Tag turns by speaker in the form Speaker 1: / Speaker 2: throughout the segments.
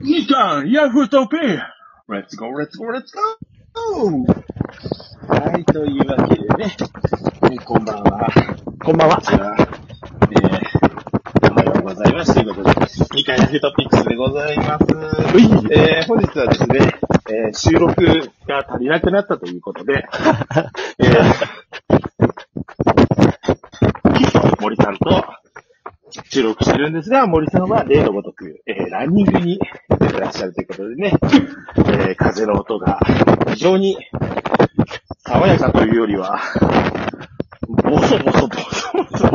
Speaker 1: みかん、ヤフートピー !Let's go, let's go, let's go! はい、というわけでね、えーこんばんは。
Speaker 2: こんばんは
Speaker 1: こ。ちら、えー、おはようございます。ということで、2回のフトピックスでございます。
Speaker 2: い
Speaker 1: えー、本日はですね、えー、収録が足りなくなったということで、えー、森さんと収録してるんですが、森さんは例のごとく、えー、ランニングに出てらっしゃるということでね、えー、風の音が非常に爽やかというよりは、ボソボソボソボソ。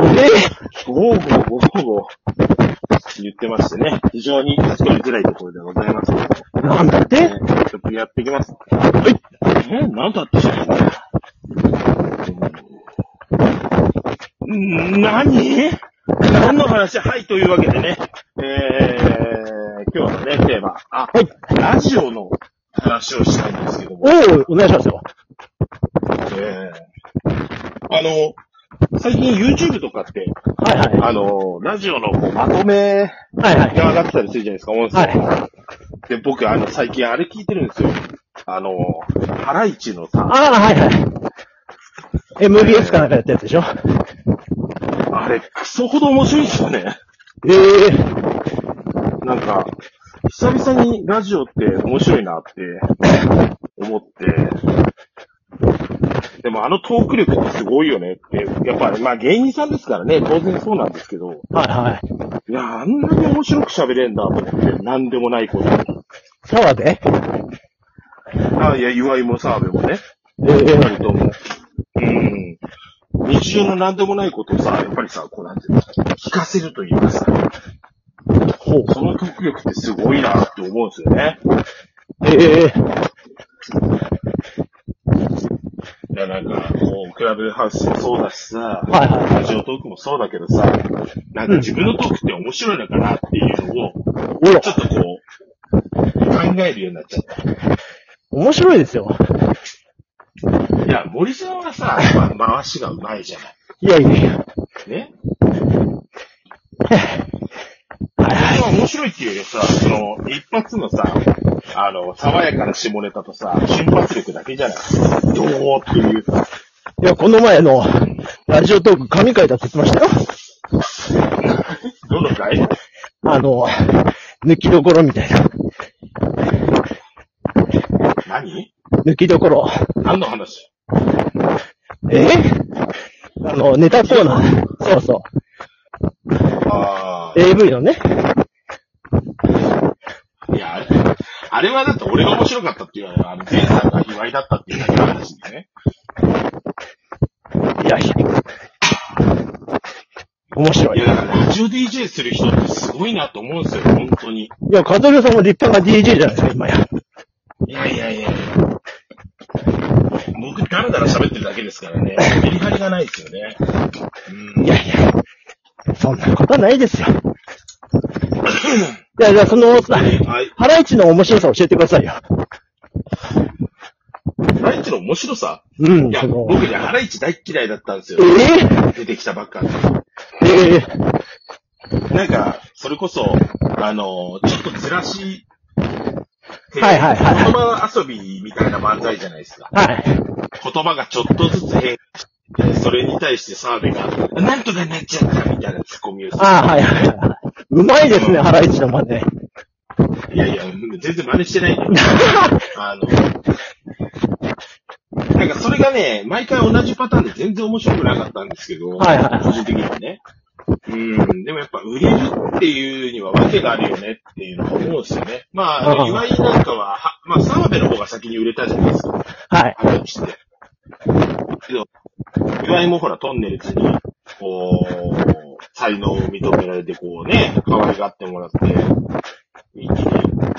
Speaker 1: ゴーゴーゴーゴー言ってましてね、非常に聞こえづらいところでございます。
Speaker 2: えなんだっ
Speaker 1: え
Speaker 2: て
Speaker 1: ーちょっとやっていきます。はい。えー、なんだってうん何何の話はい、というわけでね、えー、今日のね、テーマ、あ、
Speaker 2: はい。
Speaker 1: ラジオの話をしたいんですけども
Speaker 2: お、ーお願いしますよ。
Speaker 1: えーあの、最近 YouTube とかって、
Speaker 2: はいはい。
Speaker 1: あの、ラジオのこうまとめ
Speaker 2: はいはい。
Speaker 1: が上がってたりするじゃないですか、音声。
Speaker 2: は
Speaker 1: で、僕、あの、最近あれ聞いてるんですよ。あの、ハライチのさ、
Speaker 2: ああ、はいはい。MBS かなんかやったやつでしょ
Speaker 1: あれ、クソほど面白いんですよね。
Speaker 2: ええ
Speaker 1: なんか、久々にラジオって面白いなって思って、でもあのトーク力ってすごいよねって、やっぱり、まあ芸人さんですからね、当然そうなんですけど、
Speaker 2: はいは
Speaker 1: い
Speaker 2: い。
Speaker 1: や、あんなに面白く喋れんだと思って、なんでもないこと。
Speaker 2: 沢で
Speaker 1: あ、いや、岩井も澤部もね、
Speaker 2: ええ
Speaker 1: なると思う。うん。日常のなんでもないことをさ、やっぱりさ、こうなんていうの、聞かせるというかさ、
Speaker 2: ほう。
Speaker 1: その特力ってすごいなって思うんですよね。
Speaker 2: ええ
Speaker 1: いや、なんか、こう、クラブハウスもそうだしさ、
Speaker 2: はいはい
Speaker 1: ラジオトークもそうだけどさ、なんか自分のトークって面白いのかなっていうのを、
Speaker 2: おら
Speaker 1: ちょっとこう、考えるようになっちゃった。
Speaker 2: 面白いですよ。
Speaker 1: いや、森さんはさ、ま回しがうまいじゃない。
Speaker 2: いやいやいや。
Speaker 1: ね
Speaker 2: はいはい。
Speaker 1: まあ面白いっていうよりさ、その、一発のさ、あの、爽やかな下ネタとさ、瞬発力だけじゃない。どうっていうさ。
Speaker 2: いや、この前のラジオトーク神回だって言ってましたよ。
Speaker 1: どのかい
Speaker 2: あの、抜きどころみたいな。
Speaker 1: 何
Speaker 2: 抜きどころ。
Speaker 1: 何の話
Speaker 2: ええあの、ネタコーナー。そうそう。
Speaker 1: あ
Speaker 2: AV のね。
Speaker 1: あ。いや、あれあれはだって俺が面白かったっていうのは、あの、前さんが祝いだったっていうだけの話でね。
Speaker 2: いやいや。面白
Speaker 1: い
Speaker 2: い。
Speaker 1: や、だからラジオ DJ する人ってすごいなと思うんですよ、本当に。
Speaker 2: いや、カトリオさんも立派な DJ じゃないですか、今や。
Speaker 1: いやいやいや僕、だらだら喋ってるだけですからね。メリハリがないですよね。うん
Speaker 2: いやいや。そんなことはないですよ。いや、じゃあその、さ
Speaker 1: はい
Speaker 2: ハライチの面白さ教えてくださいよ。
Speaker 1: ハライチの面白さ
Speaker 2: うん、
Speaker 1: いや、
Speaker 2: その、
Speaker 1: 僕ね、ハライチ大嫌いだったんですよ
Speaker 2: え。
Speaker 1: 出てきたばっかり。
Speaker 2: えええ
Speaker 1: なんか、それこそ、あの、ちょっとずらし、
Speaker 2: はいはいはい
Speaker 1: 言葉遊びみたいな漫才じゃないですか。
Speaker 2: はい。
Speaker 1: 言葉がちょっとずつ変化して、それに対して澤部が、なんとかなっちゃったみたいなツッコミをする。
Speaker 2: ああ、はいはいはい。うまいですね、ハライチの真似。
Speaker 1: いやいや、全然真似してないん だよ。あの、なんかそれがね、毎回同じパターンで全然面白くなかったんですけど、
Speaker 2: はいはい
Speaker 1: 個人的にはね。うん、でもやっぱ売れるっていうには訳があるよねっていうのは思うんですよね。まあ、あの
Speaker 2: あ
Speaker 1: 岩井なんかは、はまあ、澤部の方が先に売れたじゃないですか。
Speaker 2: はい。
Speaker 1: あの、して。けど、岩井もほら、トンネルズに、こう、才能を認められて、こうね、可愛がってもらって、一気に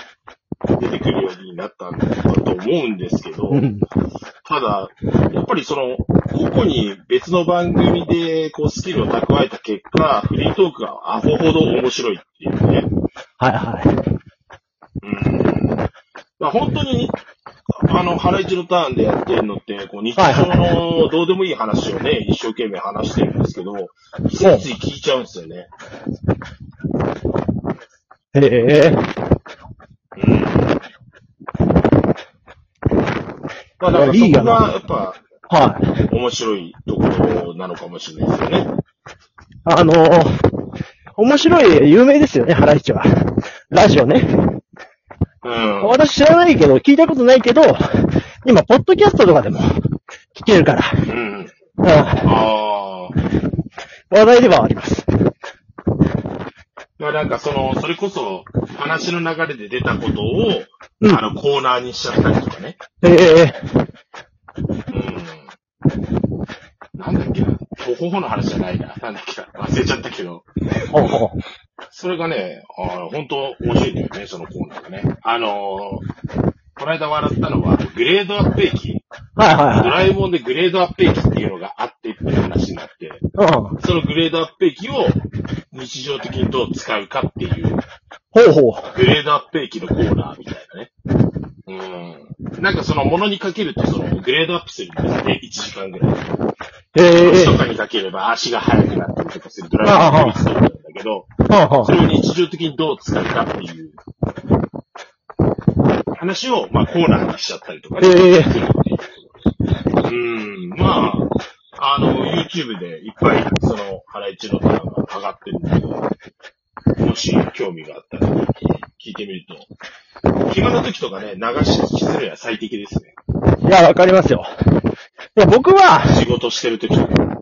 Speaker 1: 出てくるようになったんだと思うんですけど、
Speaker 2: うん。
Speaker 1: ただ、やっぱりその、個々に別の番組で、こう、スキルを蓄えた結果、フリートークがアホほど面白いっていうね。
Speaker 2: はいはい。
Speaker 1: うんまあ、本当に、あの、ハライチのターンでやってるのって、こう日常のどうでもいい話をね、一生懸命話してるんですけど、ついつい聞いちゃうんですよね。
Speaker 2: へえ。
Speaker 1: まあだから
Speaker 2: いやいい
Speaker 1: そ
Speaker 2: や
Speaker 1: こ
Speaker 2: な
Speaker 1: がやっぱ
Speaker 2: はい。
Speaker 1: 面白いところなのかもしれないですよね。
Speaker 2: あのー、面白い、有名ですよね、ハライチは。ラジオね。
Speaker 1: うん。
Speaker 2: 私知らないけど、聞いたことないけど、今、ポッドキャストとかでも聞けるから、
Speaker 1: うん。
Speaker 2: うん、
Speaker 1: ああ。
Speaker 2: 話題ではあります。
Speaker 1: まあなんかその、それこそ話の流れで出たことを、
Speaker 2: うん
Speaker 1: あのコーナーにしちゃったりとかね。
Speaker 2: ええ
Speaker 1: うん。なんだっけな。ほほほの話じゃないな。なんだっけな。忘れちゃったけど。
Speaker 2: ほうほう。
Speaker 1: それがね、あー本当面白いんだよね、そのコーナーがね。あのー、この間笑ったのは、グレードアップ駅。
Speaker 2: はい
Speaker 1: ド
Speaker 2: は
Speaker 1: ラえもんでグレードアップ駅っていうのがあってっていう話になって、
Speaker 2: いはい。うん。
Speaker 1: そのグレードアップ駅を日常的にどう使うかっていう、
Speaker 2: ほうほう。
Speaker 1: グレードアップ駅のコーナーみたいなね。うん。なんかそのものにかけると、そのグレードアップするんですね、1時間ぐらい。
Speaker 2: ええ
Speaker 1: 足とかにかければ足が速くなったりとかするドラえもんのストーリーなんだけど、
Speaker 2: はあは
Speaker 1: それを日常的にどう使うかっていう話を、まあ、コーナーにしちゃったりとかね。
Speaker 2: ええ
Speaker 1: うん、まあ、あの、YouTube でいっぱい、その、原市のドラマが上がってるんでもし興味があったら、聞いてみると、暇な時とかね、流し聞きするには最適ですね。
Speaker 2: あ。いや、わかりますよ。いや、僕は、
Speaker 1: 仕事してる時とか。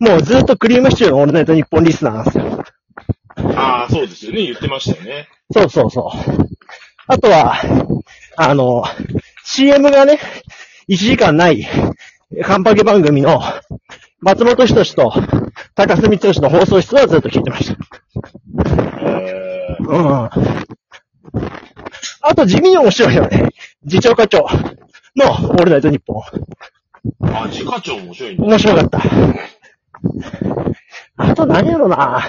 Speaker 2: もうずっとクリームシチューのオールナイト日本リスナーなんですよ。
Speaker 1: ああ、そうですよね。言ってましたよね。
Speaker 2: そうそうそう。あとは、あの、CM がね、1時間ない、カンパケ番組の、松本人志と高須光義の放送室はずっと聞いてました。
Speaker 1: えー、
Speaker 2: うん。あと、地味に面白いよね。次長課長のオールナイト日本。
Speaker 1: あ、自家長面白いね。
Speaker 2: 面白かった。あと何やろな。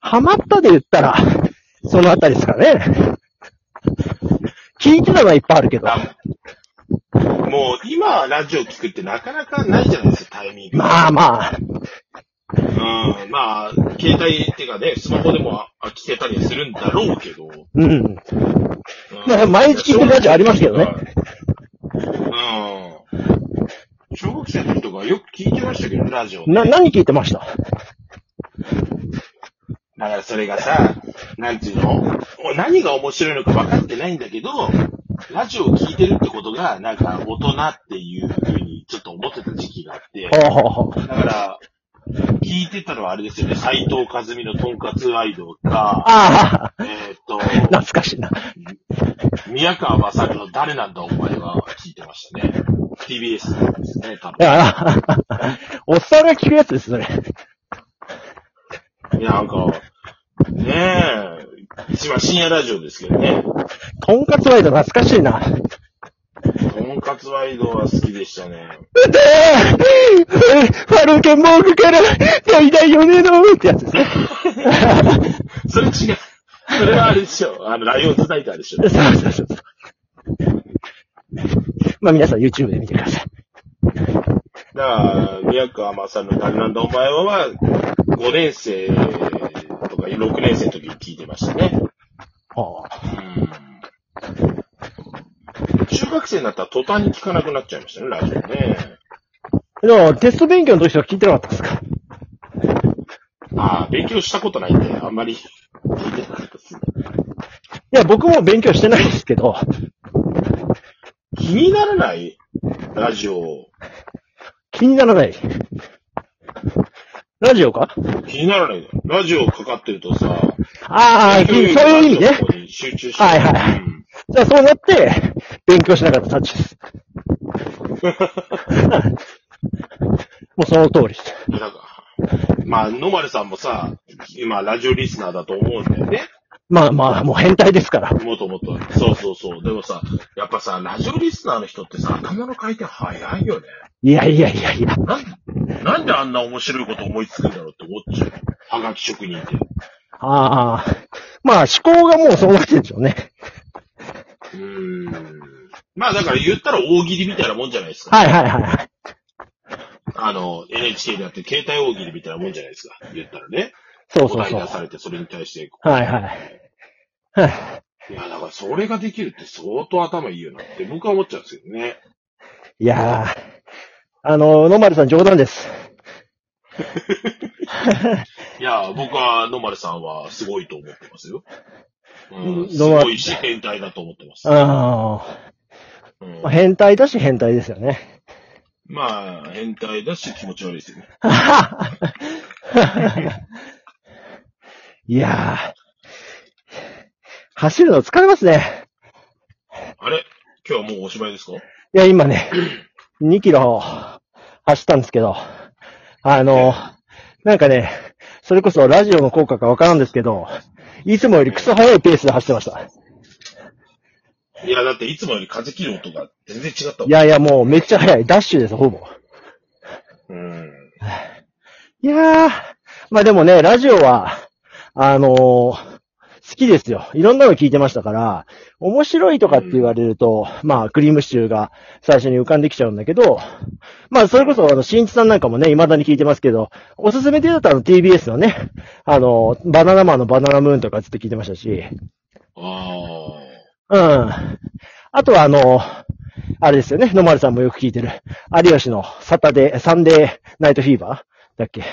Speaker 2: ハマったで言ったら、そのあたりですかね。聞いてたのはいっぱいあるけど。
Speaker 1: あもう今ラジオ聞くってなかなかないじゃないですか、タイミング。
Speaker 2: まあまあ、
Speaker 1: うん、まあ、携帯っていうかね、スマホでもあ聞けたりはするんだろうけど。うん
Speaker 2: うん。まあ毎日聞いてるラジオありますけどね。
Speaker 1: うん。小学生の時とかよく聞いてましたけどね、ラジオ。
Speaker 2: な、何聞いてました
Speaker 1: だからそれがさ、なんていうのお何が面白いのか分かってないんだけど、ラジオを聞いてるってことが、なんか大人っていうふうにちょっと思ってた時期があって。
Speaker 2: ほうほうほう。
Speaker 1: だから、聞いてたのはあれですよね。斎藤和美のとんかつアイドルか、
Speaker 2: ああ、
Speaker 1: えーっ、
Speaker 2: 懐かしいな。
Speaker 1: と、宮川まさるの誰なんだお前は聞いてましたね。TBS ですね、多
Speaker 2: い
Speaker 1: 分。
Speaker 2: や、おっさんが聞くやつです、そ
Speaker 1: い
Speaker 2: れ。
Speaker 1: や、なんか、ねえ、一番深夜ラジオですけどね。
Speaker 2: とんかつワイド懐かしいな。
Speaker 1: とんかつアイドルは好きでしたね。
Speaker 2: うてーファルケンボーグから大大よねのってやつですね。
Speaker 1: それ違う。それはあれでしょ。あの、ライオンズナイターでしょ
Speaker 2: そ。うそうそうそう。まあ皆さん YouTube で見てください。
Speaker 1: だから、宮川まさるの誰なんだお前はは、5年生とか6年生の時に聞いてましたね。
Speaker 2: はあ、
Speaker 1: うん中学生になったら途端に聞かなくなっちゃいましたね、ラジオね。
Speaker 2: でもテスト勉強の時とか聞いてなかったですか
Speaker 1: ああ、勉強したことないんで、あんまり聞いてなかったですね。
Speaker 2: いや、僕も勉強してないですけど、
Speaker 1: 気にならないラジオ。
Speaker 2: 気にならない。 ラジオか
Speaker 1: 気にならない。ラジオかかってるとさ、
Speaker 2: ああ、そういう意味ね
Speaker 1: ラジオ。の方に集中して。
Speaker 2: はいはい
Speaker 1: うん
Speaker 2: じゃあそうなって、勉強しなかったタッチです。もうその通りです。
Speaker 1: いやなんかまあ、野丸さんもさ、今、ラジオリスナーだと思うんだよね。
Speaker 2: まあまあ、もう変態ですから。
Speaker 1: もっともっと。そうそうそう。でもさ、やっぱさ、ラジオリスナーの人ってさ、頭の回転早いよね。
Speaker 2: いやいやいやいや。
Speaker 1: なん、なんであんな面白いこと思いつくんだろうって思っちゃう。はがき職人って。
Speaker 2: ああ。まあ、思考がもうそうなってるんでしょうね。
Speaker 1: うーん。まあだから言ったら大喜利みたいなもんじゃないですか。
Speaker 2: はいはいはいはい。
Speaker 1: あの、NHK であって携帯大喜利みたいなもんじゃないですか。言ったらね。
Speaker 2: そう
Speaker 1: お
Speaker 2: そう
Speaker 1: 題
Speaker 2: そう。
Speaker 1: 出されてそれに対して。
Speaker 2: はいはい。はい
Speaker 1: いや、だからそれができるって相当頭いいよなって僕は思っちゃうんですけどね。
Speaker 2: いやー、あの、ノーマルさん冗談です。
Speaker 1: いや、僕は野丸さんはすごいと思ってますよ。うん、す
Speaker 2: 野丸
Speaker 1: ごいし変態だと思ってます。
Speaker 2: あ
Speaker 1: うん
Speaker 2: ーまあ、変態だし変態ですよね。
Speaker 1: まあ、変態だし気持ち悪いですよね。
Speaker 2: いやー、走るの疲れますね。
Speaker 1: あれ今日はもうおしまいですか
Speaker 2: いや、今ね、2キロ走ったんですけど、あの、なんかね、それこそラジオの効果かわからんですけど、いつもよりクソ速いペースで走ってました。
Speaker 1: いや、だっていつもより風切る音が全然違ったもん
Speaker 2: い。やいや、もうめっちゃ速い。ダッシュです、ほぼ。
Speaker 1: うん。
Speaker 2: いやー、まあでもね、ラジオは、あのー好きですよ。いろんなの聞いてましたから、面白いとかって言われると、まあ、クリームシチューが最初に浮かんできちゃうんだけど、まあ、それこそ、あの、新一さんなんかもね、未だに聞いてますけど、おすすめで言うとあの TBS のね、あの、バナナマンのバナナムーンとかずっと聞いてましたし、
Speaker 1: あ
Speaker 2: うん。あとはあの、あれですよね、野丸さんもよく聞いてる。有吉のサタデー、サンデーナイトフィーバーだっけ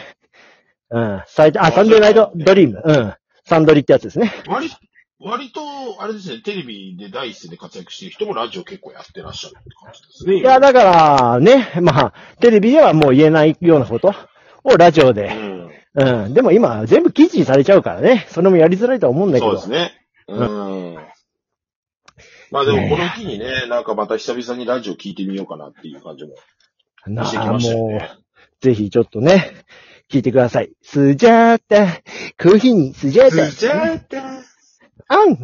Speaker 2: うん。サイあ、サンデーナイトドリーム。うん。サンドリってやつですね。
Speaker 1: あ。割、割と、あれですね、テレビで第一線で活躍してる人もラジオ結構やってらっしゃるって感じですね。
Speaker 2: いや、だから、ね、まあ、テレビではもう言えないようなことをラジオ
Speaker 1: う
Speaker 2: で。
Speaker 1: ん。
Speaker 2: うん。でも今、全部記事にされちゃうからね。それもやりづらいとは思うんだけ
Speaker 1: そう
Speaker 2: ど。
Speaker 1: ですね。うん。まあでもこの機にね、なんかまた久々にラジオ聞いてみようかなっていう感じも
Speaker 2: な
Speaker 1: してき
Speaker 2: あ、
Speaker 1: ましたよ
Speaker 2: もう
Speaker 1: ね。。
Speaker 2: ぜひちょっとね、聞いてください。スジャータ、コーヒーにスジャー
Speaker 1: ゃ
Speaker 2: タ、
Speaker 1: ーた。
Speaker 2: あん